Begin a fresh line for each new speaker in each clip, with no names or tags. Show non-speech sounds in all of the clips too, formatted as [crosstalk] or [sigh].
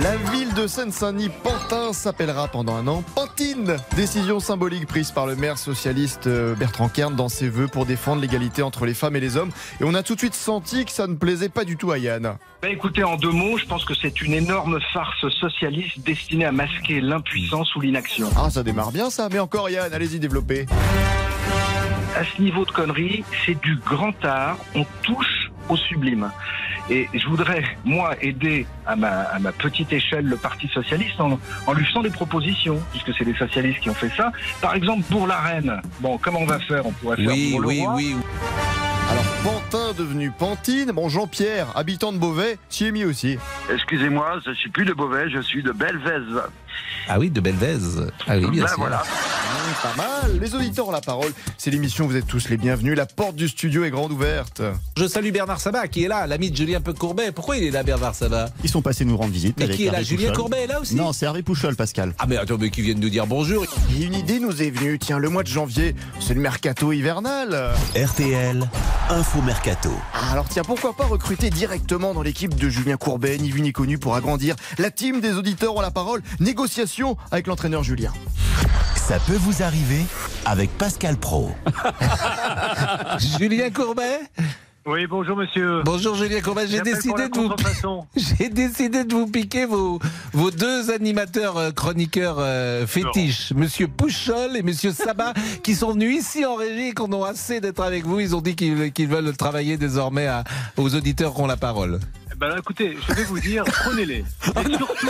La ville de Seine-Saint-Denis, Pantin, s'appellera pendant un an Pantine. Décision symbolique prise par le maire socialiste euh, Bertrand Kern dans ses vœux pour défendre l'égalité entre les femmes et les hommes. Et on a tout de suite senti que ça ne plaisait pas du tout à Yann.
Bah, écoutez, en deux mots, je pense que c'est une énorme farce socialiste destinée à masquer l'impuissance ou l'inaction.
Ah, ça démarre bien ça, mais encore Yann, allez-y développer.
À ce niveau de conneries, c'est du grand art, on touche au sublime. Et je voudrais, moi, aider à ma, à ma petite échelle le Parti Socialiste en, en lui faisant des propositions, puisque c'est les socialistes qui ont fait ça. Par exemple, pour la reine. Bon, comment on va faire On pourrait faire pour le roi.
Alors, Pantin devenu Pantine, bon Jean-Pierre, habitant de Beauvais, s'y est mis aussi.
Excusez-moi, je suis plus de Beauvais, je suis de Belvèze.
Ah oui, de Belvèze. Ah oui, bien
Ben
sûr.
voilà.
Mmh, pas mal, les auditeurs ont la parole. C'est l'émission, vous êtes tous les bienvenus, la porte du studio est grande ouverte.
Je salue Bernard Sabat qui est là, l'ami de Julien Peu Courbet. Pourquoi il est là, Bernard Sabat
Ils sont passés nous rendre visite.
Mais
avec
qui est là
Harry
Julien
Pouchol.
Courbet est là aussi
Non, c'est Harry Pouchol, Pascal.
Ah mais attends, mais qui viennent nous dire bonjour.
Et une idée nous est venue, tiens, le mois de janvier, c'est le mercato hivernal.
RTL, Info Mercato.
Ah, Alors tiens, pourquoi pas recruter directement dans l'équipe de Julien Courbet, ni vu ni connu, pour agrandir la team des auditeurs ont la parole. Négociation avec l'entraîneur Julien.
Ça peut vous arriver avec Pascal Pro.
Julien Courbet
Oui, bonjour monsieur.
Bonjour Julien Courbet, j'ai
J'appelle pour
décidé
la
de vous [laughs]
contrefaçon.
j'ai décidé de vous piquer vos, vos deux animateurs euh, chroniqueurs euh, fétiches, Monsieur Pouchol et Monsieur Sabat, qui sont venus ici en régie et qu'on a assez d'être avec vous. Ils ont dit qu'ils qu'ils veulent travailler désormais à- aux auditeurs qui ont la parole.
Eh Ben, écoutez, je vais vous dire, prenez-les. Et surtout,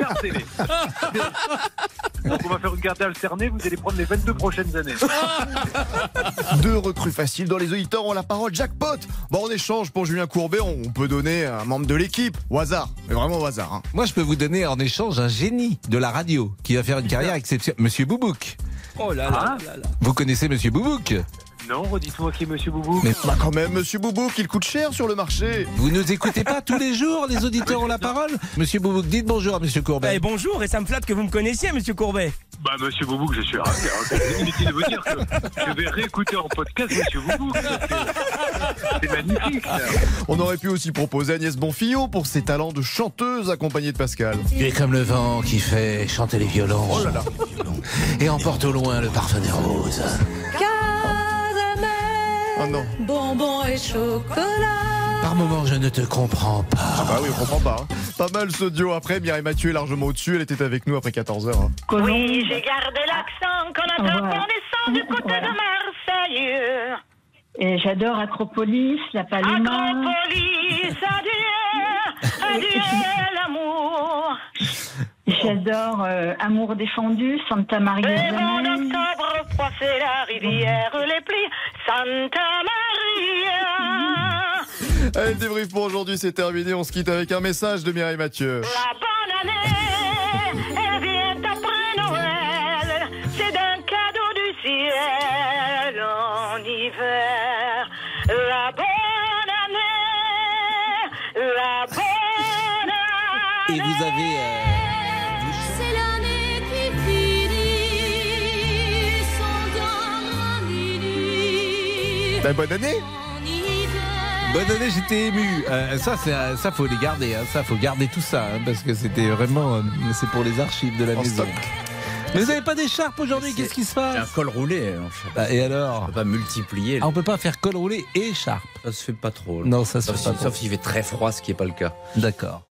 gardez-les. Donc, on va faire une garde alternée, vous allez prendre les 22 prochaines années.
Deux recrues faciles dans les auditeurs ont la parole. Jackpot Bon, en échange pour Julien Courbet, on peut donner un membre de l'équipe, au hasard. Mais vraiment au hasard. hein.
Moi, je peux vous donner en échange un génie de la radio qui va faire une carrière exceptionnelle. Monsieur Boubouk.
Oh
Ah,
Vous connaissez Monsieur Boubouk
non, redites-moi qui est monsieur Boubou.
Mais-
Bah quand même, monsieur Boubou, qu'il coûte cher sur le marché.
Vous nous écoutez pas tous les jours Les auditeurs ont la parole Monsieur Boubouk, dites bonjour à Monsieur
Bah,
Courbet.
et bonjour, et ça me flatte que vous me connaissiez, monsieur Courbet.
Bah, monsieur Boubou, que je suis ravi. hein. C'est inutile de vous dire que je vais réécouter en podcast monsieur Boubou. C'est- C'est magnifique. ça.
On aurait pu aussi proposer Agnès Bonfillon pour ses talents de chanteuse accompagnée de Pascal.
Tu es Eh, comme le vent qui fait chanter les violons et emporte au loin le parfum des roses.
Oh non.
bonbons et chocolat.
Par moments, je ne te comprends pas.
Ah bah oui, on comprend pas. hein. Pas mal ce duo. Après, Mireille Mathieu est largement au-dessus. Elle était avec nous après 14h. hein.
Oui, j'ai gardé l'accent qu'on entend quand on descend du côté de Marseille.
J'adore Acropolis, la
À
Paloma.
Acropolis, adieu, adieu l'amour.
J'adore euh, Amour défendu, Santa Maria.
Et mon
Jamais.
octobre froid, c'est la rivière, les plis, Santa Maria.
Allez, le débrief pour aujourd'hui, c'est terminé. On se quitte avec un message de Mireille Mathieu.
La bonne année, elle vient après Noël. C'est un cadeau du ciel en hiver. La bonne année, la bonne année.
Et vous avez... euh,
C'est l'année qui finit son temps en minuit.
La Ben, bonne année
En hiver.
Bonne année, j'étais ému. Euh, ça, c'est, euh, ça faut les garder. hein. Ça, faut garder tout ça hein, parce que c'était vraiment, euh, c'est pour les archives de la
En
maison.
stock.
Mais vous n'avez pas d'écharpe aujourd'hui Qu'est-ce qui se passe
col roulé,
Bah, Et alors
va multiplier.
Ah, On peut pas faire col roulé et écharpe.
Ça se fait pas trop.
Non, ça se fait pas.
s'il fait très froid, ce qui n'est pas le cas.
D'accord.